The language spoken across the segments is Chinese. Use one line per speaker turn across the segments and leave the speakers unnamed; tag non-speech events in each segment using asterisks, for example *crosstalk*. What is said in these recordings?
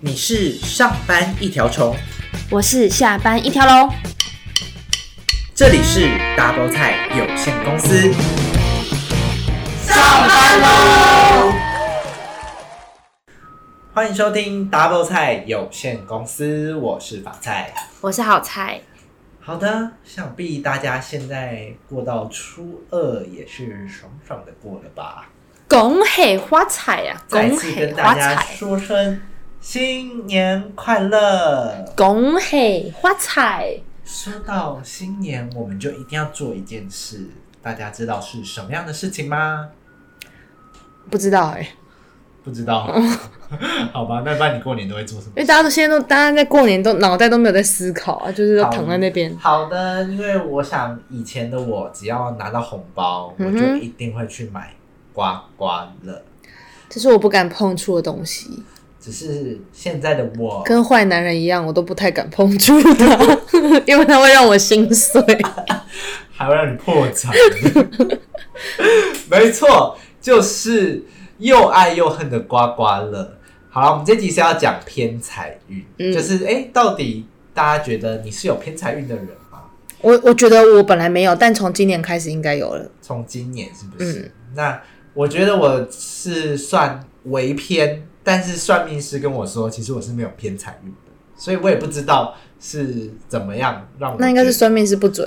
你是上班一条虫，
我是下班一条龙。
这里是 Double 菜有限公司。
上班喽！
欢迎收听 Double 菜有限公司，我是法菜。
我是好菜，
好的，想必大家现在过到初二也是爽爽的过了吧？
恭喜发财啊！
再
恭
次
喜
跟大
发
家
财，
说声新年快乐！
恭喜发财！
说到新年，我们就一定要做一件事，大家知道是什么样的事情吗？
不知道哎、因
不知
*laughs*
道，好吧，那不然你过年都会做什么？
为大家都现在都大家在过年都脑袋都没有在思考啊，就是都躺在那边。
好的，因为我想以前的我，只要拿到红包，我
嗯
就
哼
一定会去买刮刮乐。
这是我不敢碰触的东西，
只是现在的我，
跟坏男人一样，我都不太敢碰触它， *laughs* 因为它会让我心碎。
还会让你破产。 *laughs* 没错，就是又爱又恨的刮刮乐。好了，我们这集是要讲偏财运，
嗯
就是哎、诶到底大家觉得你是有偏财运的人吗？
我我觉得我本来没有，但从今年开始应该有了。
从今年是不
嗯
是？那我觉得我是算为偏，但是算命师跟我说，其实我是没有偏财运的，所以我也不知道是怎么样让我
那应该
觉
是
得
算命是不准，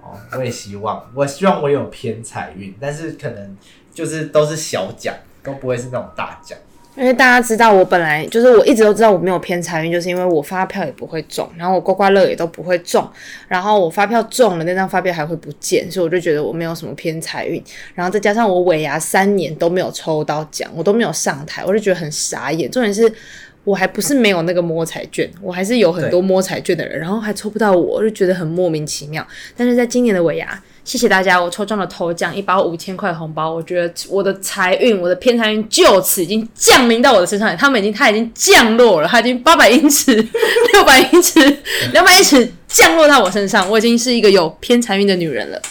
哦，我也希望，我希望我有偏财运，但是可能就是都是小奖，都不会是那种大奖。
因为大家知道我本来就是我一直都知道我没有偏财运，就是因为我发票也不会中，然后我刮刮乐也都不会中，然后我发票中了那张发票还会不见，所以我就觉得我没有什么偏财运，然后再加上我尾牙三年都没有抽到奖，我都没有上台，我就觉得很傻眼。重点是。我还不是没有那个摸彩券，我还是有很多摸彩券的人，然后还抽不到我，我就觉得很莫名其妙。但是在今年的尾牙，谢谢大家，我抽中了头奖一包五千块红包，我觉得我的财运，我的偏财运就此已经降临到我的身上，他们已经他已经降落了，他已经 *laughs* 八百英尺、六百英尺、两百英尺降落到我身上，我已经是一个有偏财运的女人了。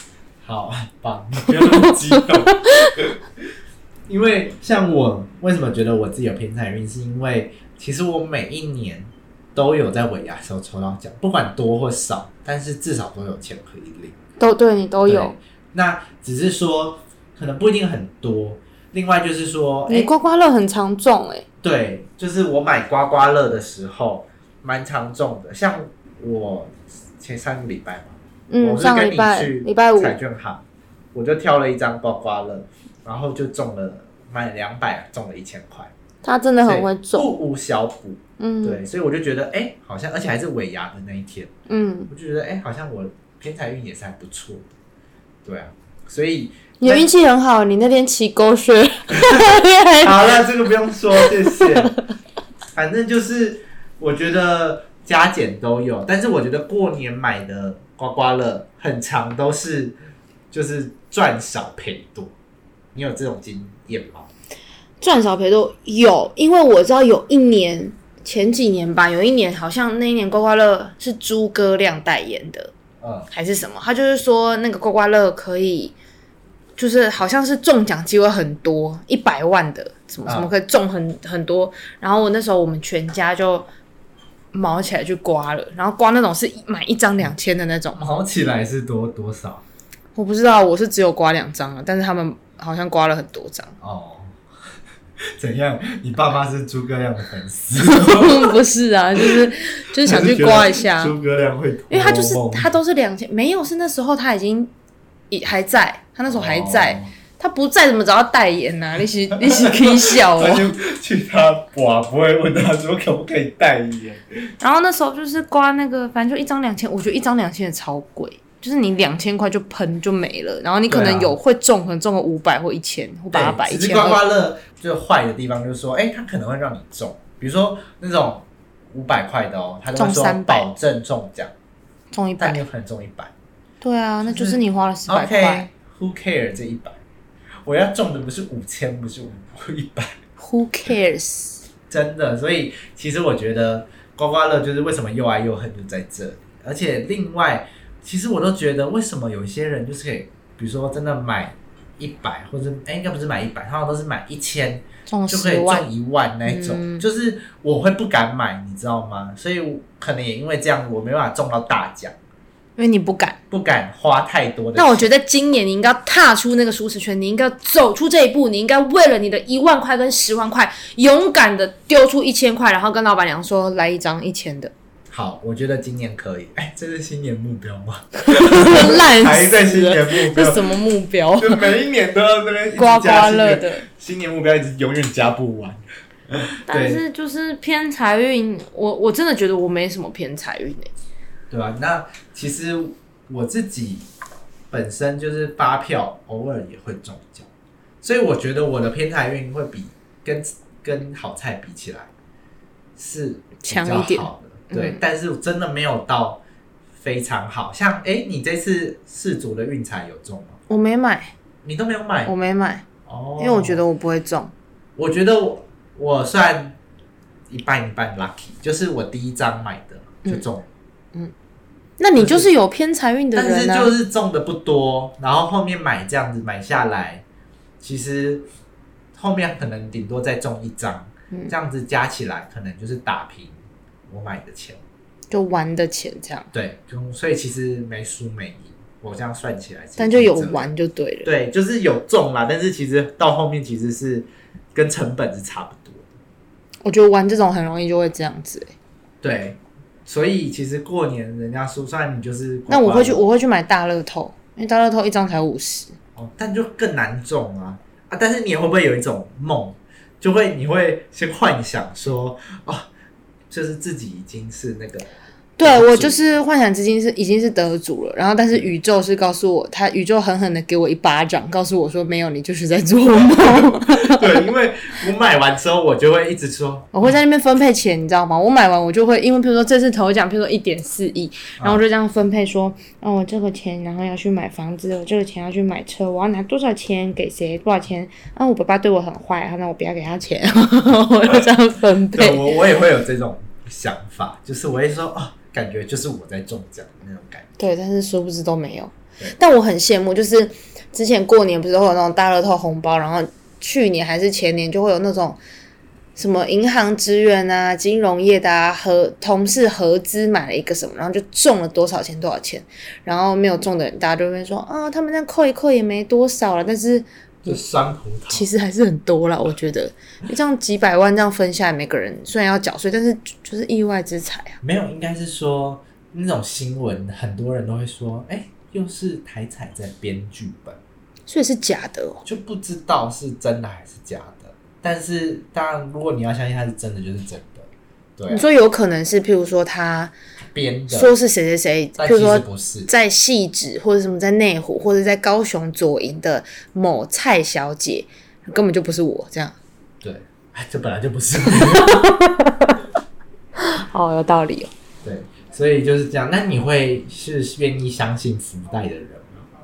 好，很棒，不要那么激 *laughs* 动。因为像我为什么觉得我自己有偏财运，是因为其实我每一年都有在尾牙的时候抽到奖，不管多或少，但是至少都有钱可以领。
都对你都
对，那只是说可能不一定很多。另外就是说，哎、
刮刮乐很常中哎、
对，就是我买刮刮乐的时候，蛮常中的。像我前上个礼拜嘛，
嗯
我是跟你去
哎
彩券行，我就挑了一张刮刮乐，然后就中了，买两百中了一千块，
他真的
所以，不无小补。
嗯
对，所以我就觉得，哎、好像而且还是尾牙的那一天，
嗯，
我就觉得，哎、好像我偏财运也是还不错。对啊，所以
你的运气很好，你那天起
*laughs*
狗血，
好了，这个不用说，谢谢。反正就是我觉得加减都有，但是我觉得过年买的刮刮乐很长都是就是赚少赔多。你有这种经验吗？
赚少赔多有，因为我知道有一年前几年吧，有一年好像那一年刮刮乐是诸葛亮代言的
嗯，
还是什么，他就是说那个刮刮乐可以，就是好像是中奖机会很多，一百万的什么什么
嗯
可以中很很多。然后我那时候我们全家就毛起来去刮了，然后刮那种是一买一张两千的那种嘛，
毛起来是多多少？
我不知道我是只有刮两张了，啊但是他们好像刮了很多张，
哦， *laughs* 怎样？你爸妈是诸葛亮的粉丝，
不是啊，就是 *laughs* 就是想去刮
*laughs*
一下，
葛亮会，
因为他就是他都是两千，没有是那时候他已经也还在，他那时候还在，
哦
他不在怎么找他代言呢、啊？
*laughs*
你是你是可以笑哦。
就去他爸不会问他说可不可以代言。
然后那时候就是刮那个，反正就一张两千，我觉得一张两千也超贵，就是你两千块就喷就没了，然后你可
对啊
能有、会中，可能中个五百或一千或
对
八百、一
只是
千
刮
二。
刮乐最坏的地方就是说，哎、它可能会让你中，比如说那种五百块的哦，它都会
中
说
300
保证中奖，
中一
但
百
你。有可能中一百。
对啊，那就是你花了四百块。
OK，Who、care 这一百？我要中的不是五千，不是五一百，
Who cares？
真的。所以其实我觉得刮刮乐就是为什么又爱又恨就在这里，而且另外，其实我都觉得为什么有一些人就是可以，比如说真的买一百或者哎、应该不是买一百，通常都是买一千
中
就可以
十万，
中一万那一种，
嗯
就是我会不敢买，你知道吗？所以我可能也因为这样，我没办法中到大奖，
因为你不敢。
不敢花太多的钱。
那我觉得今年你应该踏出那个舒适圈，你应该走出这一步，你应该为了你的一万块跟十万块，勇敢的丢出一千块，然后跟老板娘说来一张一千的，
好，我觉得今年可以。哎、这是新年目标吗？
*laughs* 嗯烂
还在
死
新
了！
年目
这
标，
什么目 *laughs* 标？
就每一年都要这边一直
刮
加
刮
新
乐
年
的。
新年目标，一直永远加不完。
但是就是偏财运，我我真的觉得我没什么偏财运欸诶。
对吧、那其实我自己本身就是发票偶尔也会中奖，所以我觉得我的偏财运会比跟跟好菜比起来是比较
强一点
好的，对。
嗯
但是真的没有到非常好，像哎、诶你这次世足的运彩有中吗？
我没买，
你都没有买
我没买，
哦，
因为我觉得我不会中。
我觉得我我算一半一半 lucky，就是我第一张买的就
嗯
中了。
那你就是有偏财运的
但是
人
就
啊。
是中的不多，然后后面买这样子买下来，其实后面可能顶多再中一张，
嗯
这样子加起来可能就是打平我买的钱。
就玩的钱这样，
对，就所以其实没输没赢，我这样算起来，
但就有。玩就对了。
对，就是有中啦，但是其实到后面其实是跟成本是差不多的。
我觉得玩这种很容易就会这样子、欸。
对，所以其实过年人家说，虽然你就是刮刮
那我会去，
乐
我会去买大乐透，因为大乐透一张才五十。
哦，但就更难中啊啊！但是你会不会有一种梦，就会你会先幻想说，哦，就是自己已经是
*laughs*
那个
对
得主
我就是幻想之金是已经是得主了，然后但是宇宙是告诉我，他宇宙狠狠的给我一巴掌，告诉我说没有，你就是在做梦。 *laughs*
对，因为我买完之后，我就会一直说，
我会在那边分配钱，你知道吗？我买完我就会，因为譬如说这次头奖，譬如说一点四亿，然后我就这样分配说，哦，我这个钱然后要去买房子，我这个钱要去买车，我要拿多少钱给谁，多少钱？啊，我爸爸对我很坏，那我不要给他钱， *laughs* 我就这样分
对
配。
我我也会有这种想法，就是我会说，哦，感觉就是我在中奖的那种感觉。
对，但是殊不知都没有
对。
但我很羡慕，就是之前过年不是会有那种大乐透红包，然后去年还是前年就会有那种什么银行职员啊、金融业的啊，合同事合资买了一个什么，然后就中了多少钱多少钱，然后没有中的人，大家就会说啊，他们那扣一扣也没多少了，但是
就酸葡萄，
其实还是很多啦，我觉得就这样几百万这样分下来，每个人虽然要缴税，但是就就是意外之财啊。
没有，应该是说那种新闻，很多人都会说，哎、又是台彩在编剧本。
所以是假的哦，
就不知道是真的还是假的。但是当然，如果你要相信它是真的，就是真的。对
你
啊，
说有可能是，譬如说他
编的，
说是谁谁谁，
但
譬
其
如
实
说
不是。
在汐止或者什么在内湖或者在高雄左营的某蔡小姐，根本就不是我这样。
对，哎这本来就不是。
哦，有道理哦。
*laughs* 对，所以就是这样。那你会是愿意相信福袋的人吗？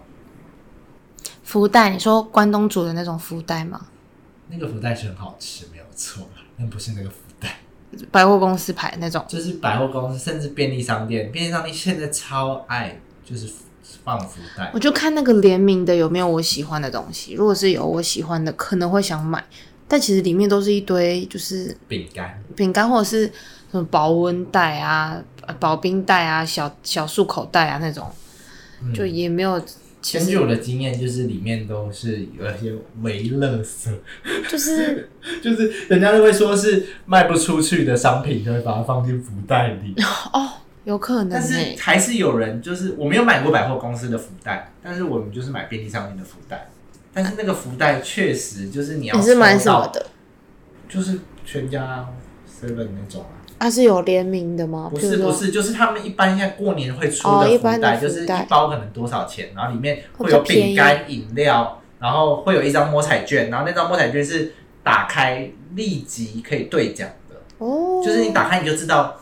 福袋，你说关东煮的那种福袋吗？
那个福袋是很好吃，没有错，啊但不是那个福袋，
百货公司牌那种，
就是百货公司甚至便利商店，便利商店现在超爱就是放福袋。
我就看那个联名的有没有我喜欢的东西。如果是有我喜欢的，可能会想买，但其实里面都是一堆就是
饼干，
饼干或者是什么保温袋啊、保冰袋啊、小小束口袋啊那种，
嗯
就也没有。
根据我的经验，就是里面都是有一些微乐色，
就是
就是人家都会说是卖不出去的商品，就会把它放进福袋里。
哦，有可能、
但
欸
是。还是有人，就是我没有买过百货公司的福袋，但是我们就是买便利商店的福袋。但是那个福袋确实就是你要
你是买
抽
什
到
么？的？
就是全家 seven 那种啊？
它、是有联名的吗？
不
譬
是
如
不
说，
是，就是他们一般现在过年会出
哦一
的
般
福
的
袋，
福袋
就是一包可能多少钱，然后里面会
会比较
有
便宜
饼干、饮料，然后会有一张摸彩券，然后那张摸彩券是打开立即可以兑奖的。
哦，
就是你打开你就知道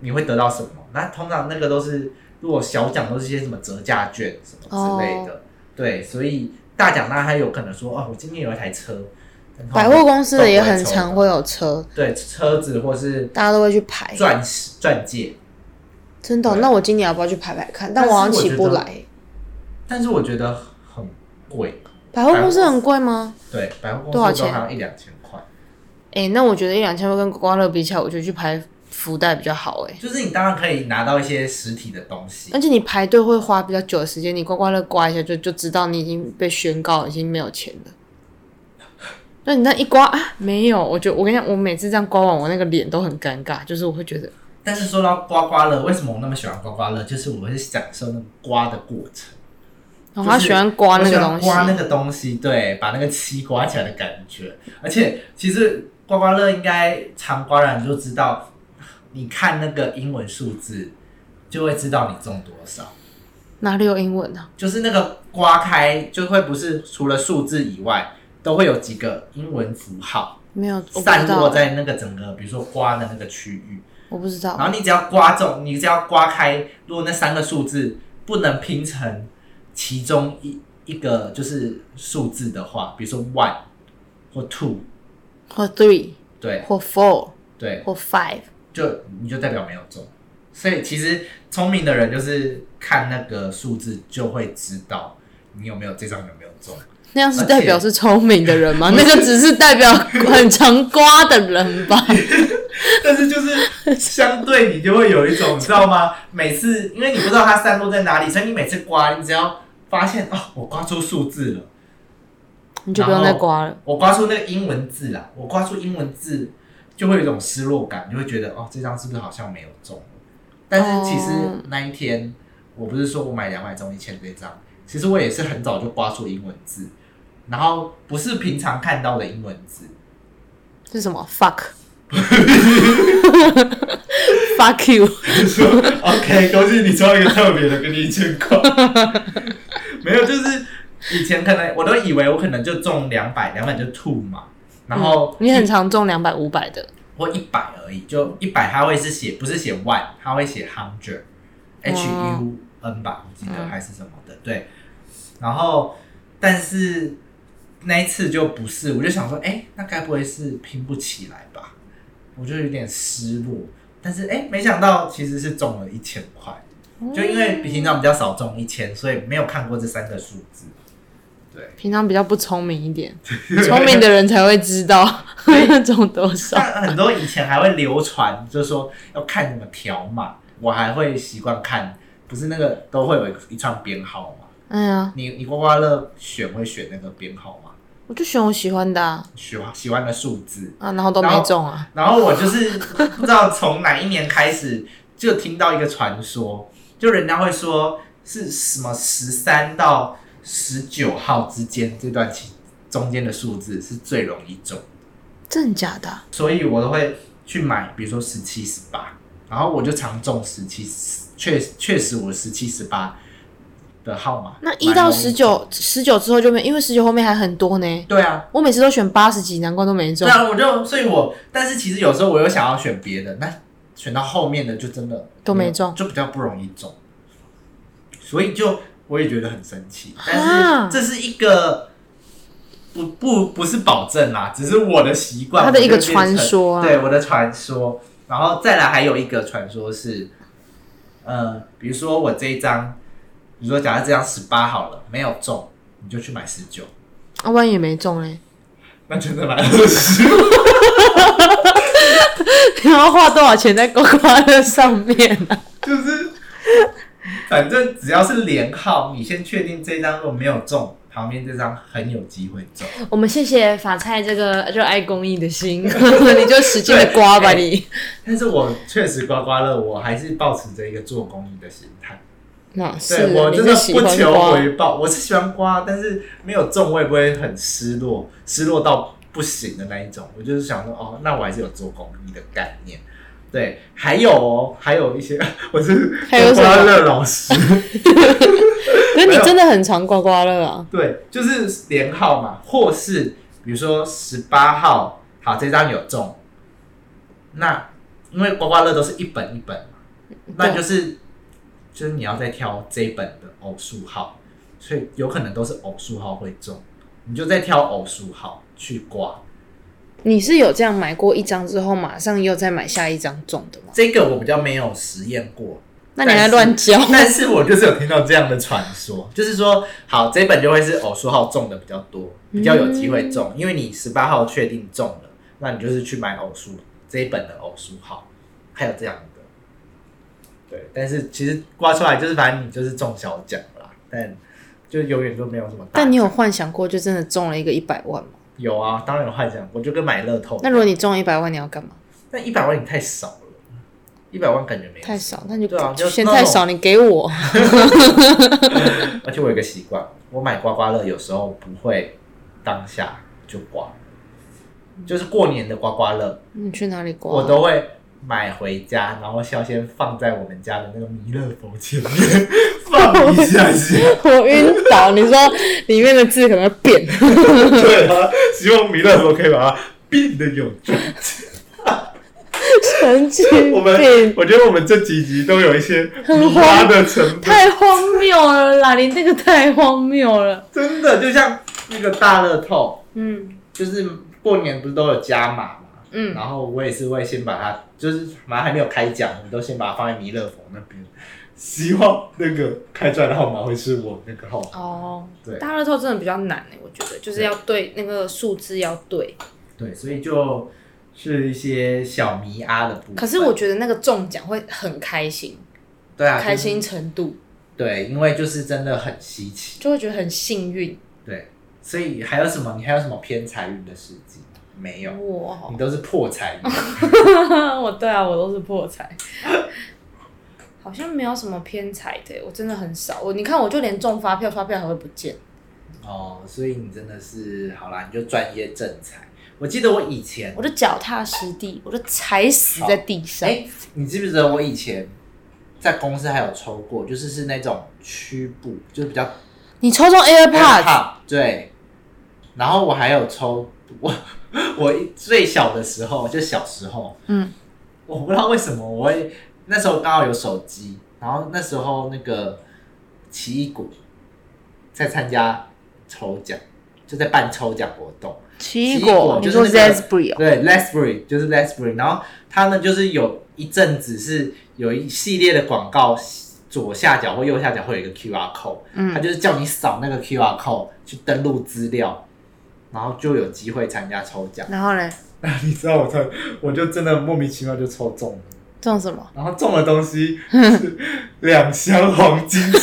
你会得到什么。那通常那个都是如果小奖都是一些什么折价券什么之类的，
哦
对，所以大奖那还有可能说哦，我今天有一台车，但通常
百货公司的也很
都
常
不会
会有车，
抽对车子或是
大家都会去排。
钻石钻戒。
真的哦、
对
那我今年要不要去排排看？
但
但
是
我好像
我
起
觉
不
得
来。
但是我觉得很贵，
百货公司很贵吗？
对，百货公司
多少
都
钱
好像一两千块。
哎、那我觉得一两千块跟刮刮乐比起来，我觉得去排福袋比较好哎、
就是你当然可以拿到一些实体的东西，
而且你排队会花比较久的时间，你刮刮乐刮一下就就知道你已经被宣告已经没有钱了。那你那一刮啊，没有，我觉得我跟你讲，我每次这样刮完，我那个脸都很尴尬，就是我会觉得，
但是说到刮刮乐，为什么我那么喜欢刮刮乐？就是我会享受那个刮的过程。
然哦后他喜欢刮那个东
我
西，
喜欢刮那个东西，对，把那个漆刮起来的感觉。而且其实刮刮乐应该常刮的人就知道，你看那个英文数字就会知道你中多少。
哪里有英文啊？
就是那个刮开就会不是除了数字以外，都会有几个英文符号
没有，我不
散
知
落
道，
在那个整个，比如说刮的那个区域。
我不知道，
然后你只要刮中，你只要刮开，如果那三个数字不能拼成其中一一个就是数字的话，比如说 one 或 two，
或 three
对
或 four
对，
或 five，
就你就代表没有中。所以其实聪明的人就是看那个数字就会知道你有没有这张有没有中。
那样是
而且
代表是聪明的人吗？那个只是代表很常刮的人
*laughs*
吧。
但是就是相对你就会有一种，你知道吗？每次因为你不知道它散落在哪里，所以你每次刮，你只要发现哦，我刮出数字了。
你就不用再刮了。
我刮出那个英文字啦，我刮出英文字就会有一种失落感，你会觉得哦，这张是不是好像没有中？但是其实
哦
那一天，我不是说我买两百中一千这张，其实我也是很早就刮出英文字，然后不是平常看到的英文字，
是什么？fuck，fuck *laughs* you！
说哦 OK，恭喜你抽到一个特别的，给你一千块。 *laughs* 没有，就是以前可能我都以为我可能就中两百，两百就吐嘛，然后
嗯、你很常中两百、五百的，
或一百而已，就一百，它会是写不是写 one，它会写 hundred，h u n 吧，我记得
嗯
还是什么的，对。然后，但是那一次就不是，我就想说，哎、那该不会是拼不起来吧？我就有点失落。但是，哎、没想到其实是中了一千块，就因为比平常比较少中一千，所以没有看过这三个数字。对，
平常比较不聪明一点，聪明的人才会知道中多
*laughs*
少。
但很多以前还会流传，就是说要看什么条码，我还会习惯看，不是那个都会有一串编号吗？
哎呀，
你你刮刮乐选会选那个编号吗？
我就选我喜欢的啊，
喜欢喜欢的数字，
啊然后都没中啊。
然后我就是不知道从哪一年开始就听到一个传说，就人家会说是什么十三到十九号之间这段期中间的数字是最容易中。
真的假的啊？
所以我都会去买，比如说十七、十八，然后我就常中十七，确确实我十七、十八的号码。
那一到
蛮容易
十，九，十九之后就没，因为十九后面还很多呢。
对啊，
我每次都选八十几，难怪都没中
对。啊，我就所以我，但是其实有时候我又想要选别的，那选到后面的就真的
都没中
就比较不容易中，所以就我也觉得很生气，
啊
但是这是一个。不不不是保证啦，只是我的习惯，
他的一个
我就变成
传说啊
对我的传说。然后再来还有一个传说是，呃，比如说我这一张，比如说假设这张十八好了，没有中，你就去买十九，
啊，万一也没中嘞， *laughs*
那真的买二十。
然后花多少钱在刮刮乐上面啊？
就是 *laughs* 反正只要是连号，你先确定这张如果没有中，旁边这张很有机会中。
我们谢谢法菜这个热爱公益的
*laughs*
心，你就使劲的刮吧你。
但是我确实刮刮乐，我还是保持着一个做公益的心态。
那是
对我
你
真
是
的
喜
不
欢
求
刮，
回报，我是喜欢刮，但是没有中我也不会很失落，失落到不行的那一种。我就是想说，哦，那我还是有做公益的概念。对，还有哦，还有一些， *laughs* 我是
还有什
刮刮
么
乐老师。
可是你真的很常刮刮乐啊！
对，就是连号嘛，或是比如说十八号，好，这张有中，那因为刮刮乐都是一本一本嘛，那就是就是你要再挑这一本的偶数号，所以有可能都是偶数号会中，你就再挑偶数号去刮。
你是有这样买过一张之后，马上又再买下一张中的吗？
这个我比较没有实验过，
那你还乱教？
*laughs* 但是我就是有听到这样的传说，就是说，好，这本就会是偶数号中的比较多，比较有机会
嗯
中，因为你十八号确定中了，那你就是去买偶数这一本的偶数号，还有这样的。对，但是其实刮出来就是，反正你就是中小奖啦，但就永远都没有什么大。
但你有幻想过就真的中了一个一百万吗？
有啊，当然有幻想，我就跟买乐透。
那如果你中一百万，你要干嘛？
那一百万你太少了，一百万感觉没有
太少，那你
对啊
就
就
嫌
那
太
种
少，你给我。
而且我有一个习惯，我买刮刮乐有时候不会当下就刮，就是过年的刮刮乐，
你去哪里刮？
我都会买回家，然后要先放在我们家的那个弥勒佛前面放一下下。
*laughs* 我晕倒。你说里面的字可能会变，
对啊，希望弥勒佛可以把它变得有趣。
神经
我们
病，
我觉得我们这几集都有一些迷拉的成分。
太荒谬了 *laughs* 啦！你这个太荒谬了。
真的就像那个大乐透，
嗯
就是过年不是都有加码嘛，
嗯，
然后我也是会先把它，就是马上还没有开奖，我都先把它放在弥勒佛那边，希望那个开出来的号码会是我那个号码。
哦
对，
大乐透真的比较难哎、我觉得就是要对那个数字要对。
对，所以就是一些小迷啊的部分。
可是我觉得那个中奖会很开心，
对啊，
开
就是
心程度
对，因为就是真的很稀奇。
就会觉得很幸运。
对，所以还有什么？你还有什么偏财运的事迹？没有，
哇
你，都是破财运。
*laughs* 我对啊，我都是破财。好像没有什么偏财的欸、我真的很少。我你看，我就连中发票，发票还会不见。
哦，所以你真的是好啦，你就专业正财。我记得我以前，
我就脚踏实地，我就踩死在地上。
哎、你记不记得我以前在公司还有抽过，就是是那种区部，就是比较
你抽中 AirPods，
怕对。然后我还有抽我我最小的时候，就小时候，
嗯，
我不知道为什么我会那时候刚好有手机，然后那时候那个奇异谷在参加抽奖，就在办抽奖活动。
奇
异果
你
就是
说
那个
Zesbury 哦，
对 l e s b u r y 就是 l e s b u r y 然后他们就是有一阵子是有一系列的广告，左下角或右下角会有一个 QR code，、他
嗯，
就是叫你扫那个 QR code 去登录资料，然后就有机会参加抽奖。
然后嘞，
你知道我才，我就真的莫名其妙就抽中了，
中什么？
然后中的东
*laughs*
西是两箱黄 *laughs* 金鞋，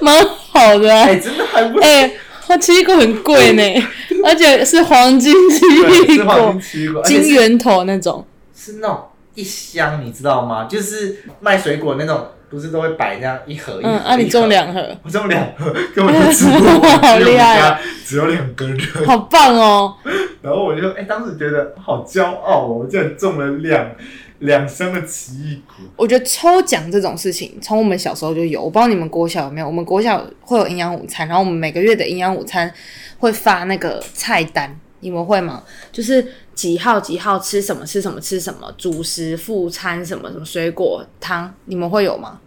蛮好的啊、
哎、真的还不错。
哎、它奇异果很贵呢，而且是黄金奇
对
异
是黄
果
金，奇异果，而且
金
是
源头那种。
是那种一箱，你知道吗？就是卖水果那种，不是都会摆那样一盒一盒。
嗯，啊，你
一盒
中两盒，
我中两盒，根本就吃不完，
*laughs* 好厉害啊！
只有两根人。
好棒哦！
然后我就哎、当时觉得好骄傲哦，我竟然中了两两箱的奇异果。
我觉得抽奖这种事情，从我们小时候就有，我不知道你们国小有没有。我们国小会有营养午餐，然后我们每个月的营养午餐会发那个菜单，你们会吗？就是几号几号吃什么吃什么吃什么，主食、副餐什么什么水果汤，你们会有吗？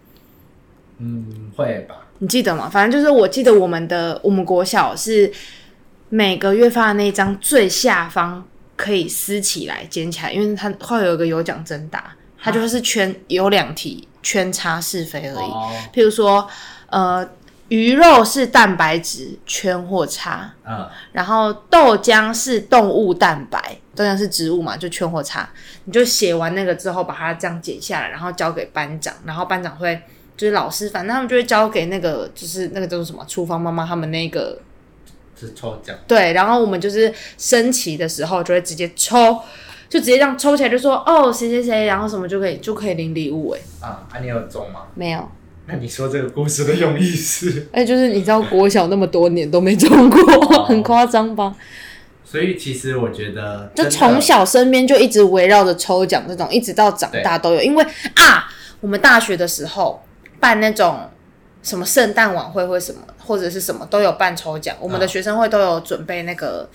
嗯，会吧？
你记得吗？反正就是我记得我们的我们国小是每个月发的那一张最下方可以撕起来捡起来，因为它会有一个有奖征答，它就是圈有两题圈叉是非而已。
哦，
譬如说，呃，鱼肉是蛋白质，圈或叉。
嗯，
然后豆浆是动物蛋白，豆浆是植物嘛，就圈或叉。你就写完那个之后，把它这样剪下来，然后交给班长，然后班长会就是老师，反正他们就会交给那个就是那个叫做什么厨房妈妈他们那个
是抽奖。
对，然后我们就是升旗的时候就会直接抽。就直接这样抽起来，就说哦谁谁谁，然后什么就可以就可以领礼物哎、
啊啊，你有中吗？
没有，
那你说这个故事的用意是？
哎、就是你知道国小那么多年都没中过， *laughs* 很夸张吧？
所以其实我觉得，
就从小身边就一直围绕着抽奖这种，一直到长大都有。因为啊，我们大学的时候办那种什么圣诞晚会或什么，或者是什么都有办抽奖，我
嗯
们的学生会都有准备那个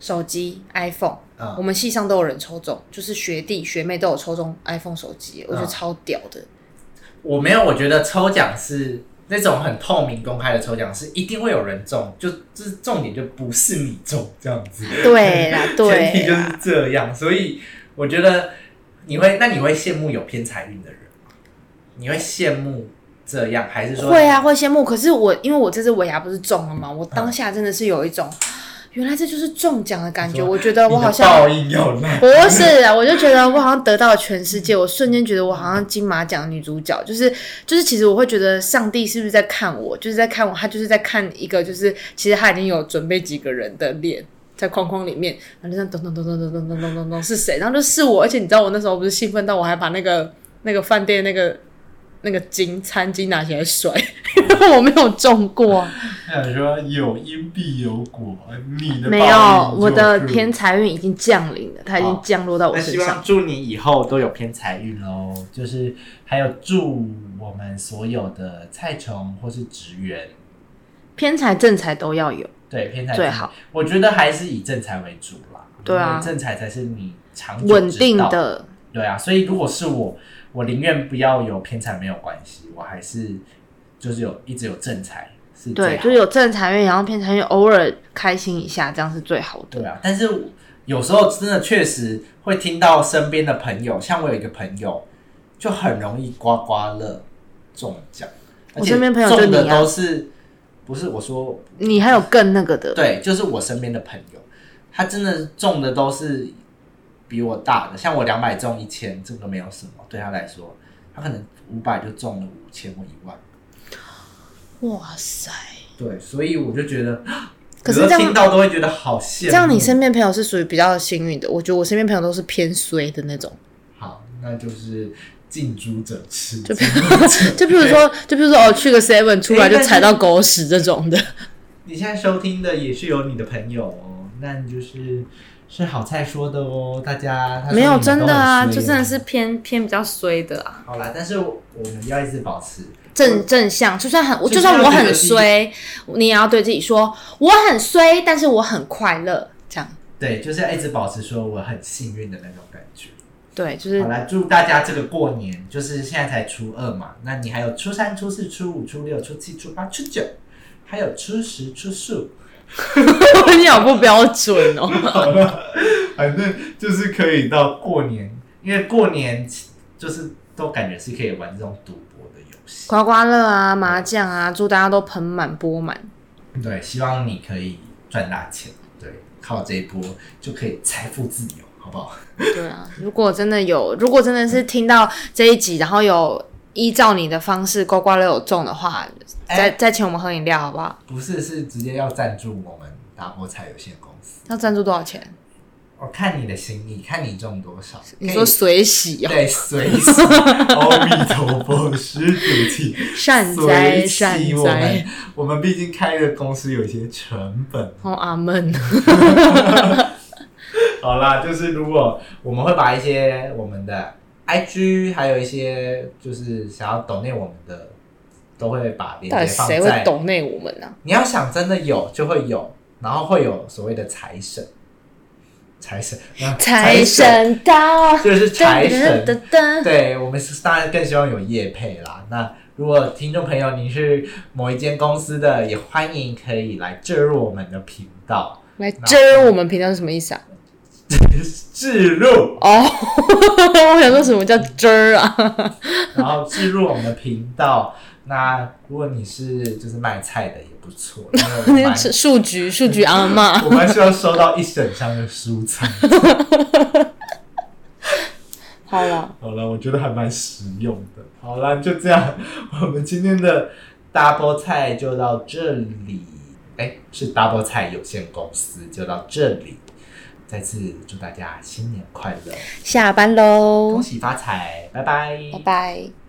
手机 iPhone，、我
嗯，
们系上都有人抽中，就是学弟学妹都有抽中 iPhone 手机，我觉得
嗯
超屌的。
我没有，我觉得抽奖是那种很透明公开的抽奖，是一定会有人中，就就是重点就不是你中这样子。 *laughs*
对啦，啊
前提
对
就是
啦，
这样，所以我觉得你会那你会羡慕有偏财运的人吗？你会羡慕这样，还是说
会啊，？会羡慕。可是我因为我这次尾牙不是中了嘛，我
嗯
当下真的是有一种，原来这就是中奖的感觉。我觉得
你
我
的
好像
报应要
*laughs*
来，
不是啊，我就觉得我好像得到了全世界，我瞬间觉得我好像金马奖女主角，就是就是，其实我会觉得上帝是不是在看我，就是在看我，他就是在看一个，就是其实他已经有准备几个人的脸。在框框里面，然后就这样咚咚咚咚咚咚咚咚咚咚是谁？然后就是我，而且你知道我那时候不是兴奋到我还把那个那个饭店那个那个巾餐巾拿起来甩，因为我没有中过啊。
想说有因必有果，你的
没
报
有，
应
我的
就是
偏财运已经降临了，它已经
好
降落到我
那
身
希
上
望。祝你以后都有偏财运喽，就是还有祝我们所有的菜虫或是职员，
偏财正财都要有。
对偏财
最好，
我觉得还是以正财为主啦。
对啊
因为正财才是你长久之道
稳定。的，
对啊，所以如果是我，我宁愿不要有偏财没有关系，我还是就是有一直有正财是最
对，
好
就是有正财运，然后偏财运偶尔开心一下，这样是最好
对
的。
啊，但是有时候真的确实会听到身边的朋友，像我有一个朋友，就很容易刮刮乐中奖，而
我
且
身边朋友就
中
你啊
的都是不是我说
你还有更那个的，
对，就是我身边的朋友，他真的中的都是比我大的，像我两百中一千，这个没有什么，对他来说，他可能五百就中了五千或一万。
哇塞！
对，所以我就觉得， *gasps*
可是
有时候
这样
听到都会觉得好羡慕。
这样你身边朋友是属于比较幸运的，我觉得我身边朋友都是偏衰的那种。 *laughs*
好，那就是近朱者赤，
就
近朱者赤
就比如说，就比如说哦，去个 seven 出来
哎
就
但是
踩到狗屎这种的，
*laughs* 你现在收听的也是有你的朋友哦，那你就是是好菜说的哦，大家他说
没
你
有
们都
真的啊，
很
就
衰
真的是偏偏比较衰的啊。
好啦，但是我们要一直保持
正正向，就算很，我
就
就是
要
算
觉
我
得
很
自己
衰，你也要对自己说我很衰，但是我很快乐，这样
对，就是要一直保持说我很幸运的那种感觉。
对，就是
好啦，祝大家这个过年，就是现在才初二嘛，那你还有初三、初四、初五、初六、初七、初八、初九，还有初十、初十五。
*laughs* 你好不标准哦。
反正就是可以到过年，因为过年就是都感觉是可以玩这种赌博的游戏。
刮刮乐啊，麻将啊，祝大家都盆满钵满。
对，希望你可以赚大钱，对，靠这一波就可以财富自由，好不好？
对啊，如果真的有，如果真的是听到这一集，然后有依照你的方式刮刮乐有中的话，
哎
再再请我们喝饮料好不好？
不是，是直接要赞助我们达波菜有限公司。
要赞助多少钱？
我看你的心意，看你中多少。
你说水洗
可以 *laughs* 对，
哦，*laughs*
随喜，阿弥陀佛，施主请
善
随
*laughs* 哉善
喜我们
哉。。
我们毕竟开的公司有一些成本，
哦，阿门。
好啦，就是如果我们会把一些我们的 IG，还有一些就是想要抖内我们的，都会把链
到底
接放
谁会
在。
懂内我们啊呢、
你要想真的有就会有，然后会有所谓的财神，财神，啊
财神到，
就是财神。
噔噔噔
对我们是当然更希望有业配啦。那如果听众朋友你是某一间公司的，也欢迎可以来置入我们的频道，
来遮我们频道是什么意思啊？
置入。
哦， *laughs* 我想说什么叫遮啊？
然后置入我们的频道。那如果你是就是卖菜的也不错，因为我们蛮
是 *laughs* 数据数据阿妈
我们需要收到一整箱的蔬菜。
好了，
好了，我觉得还蛮实用的。好啦，就这样，我们今天的 double 菜就到这里。哎，是 double 菜有限公司就到这里。再次祝大家新年快乐，
下班喽
恭，喜发财，拜拜，
拜拜。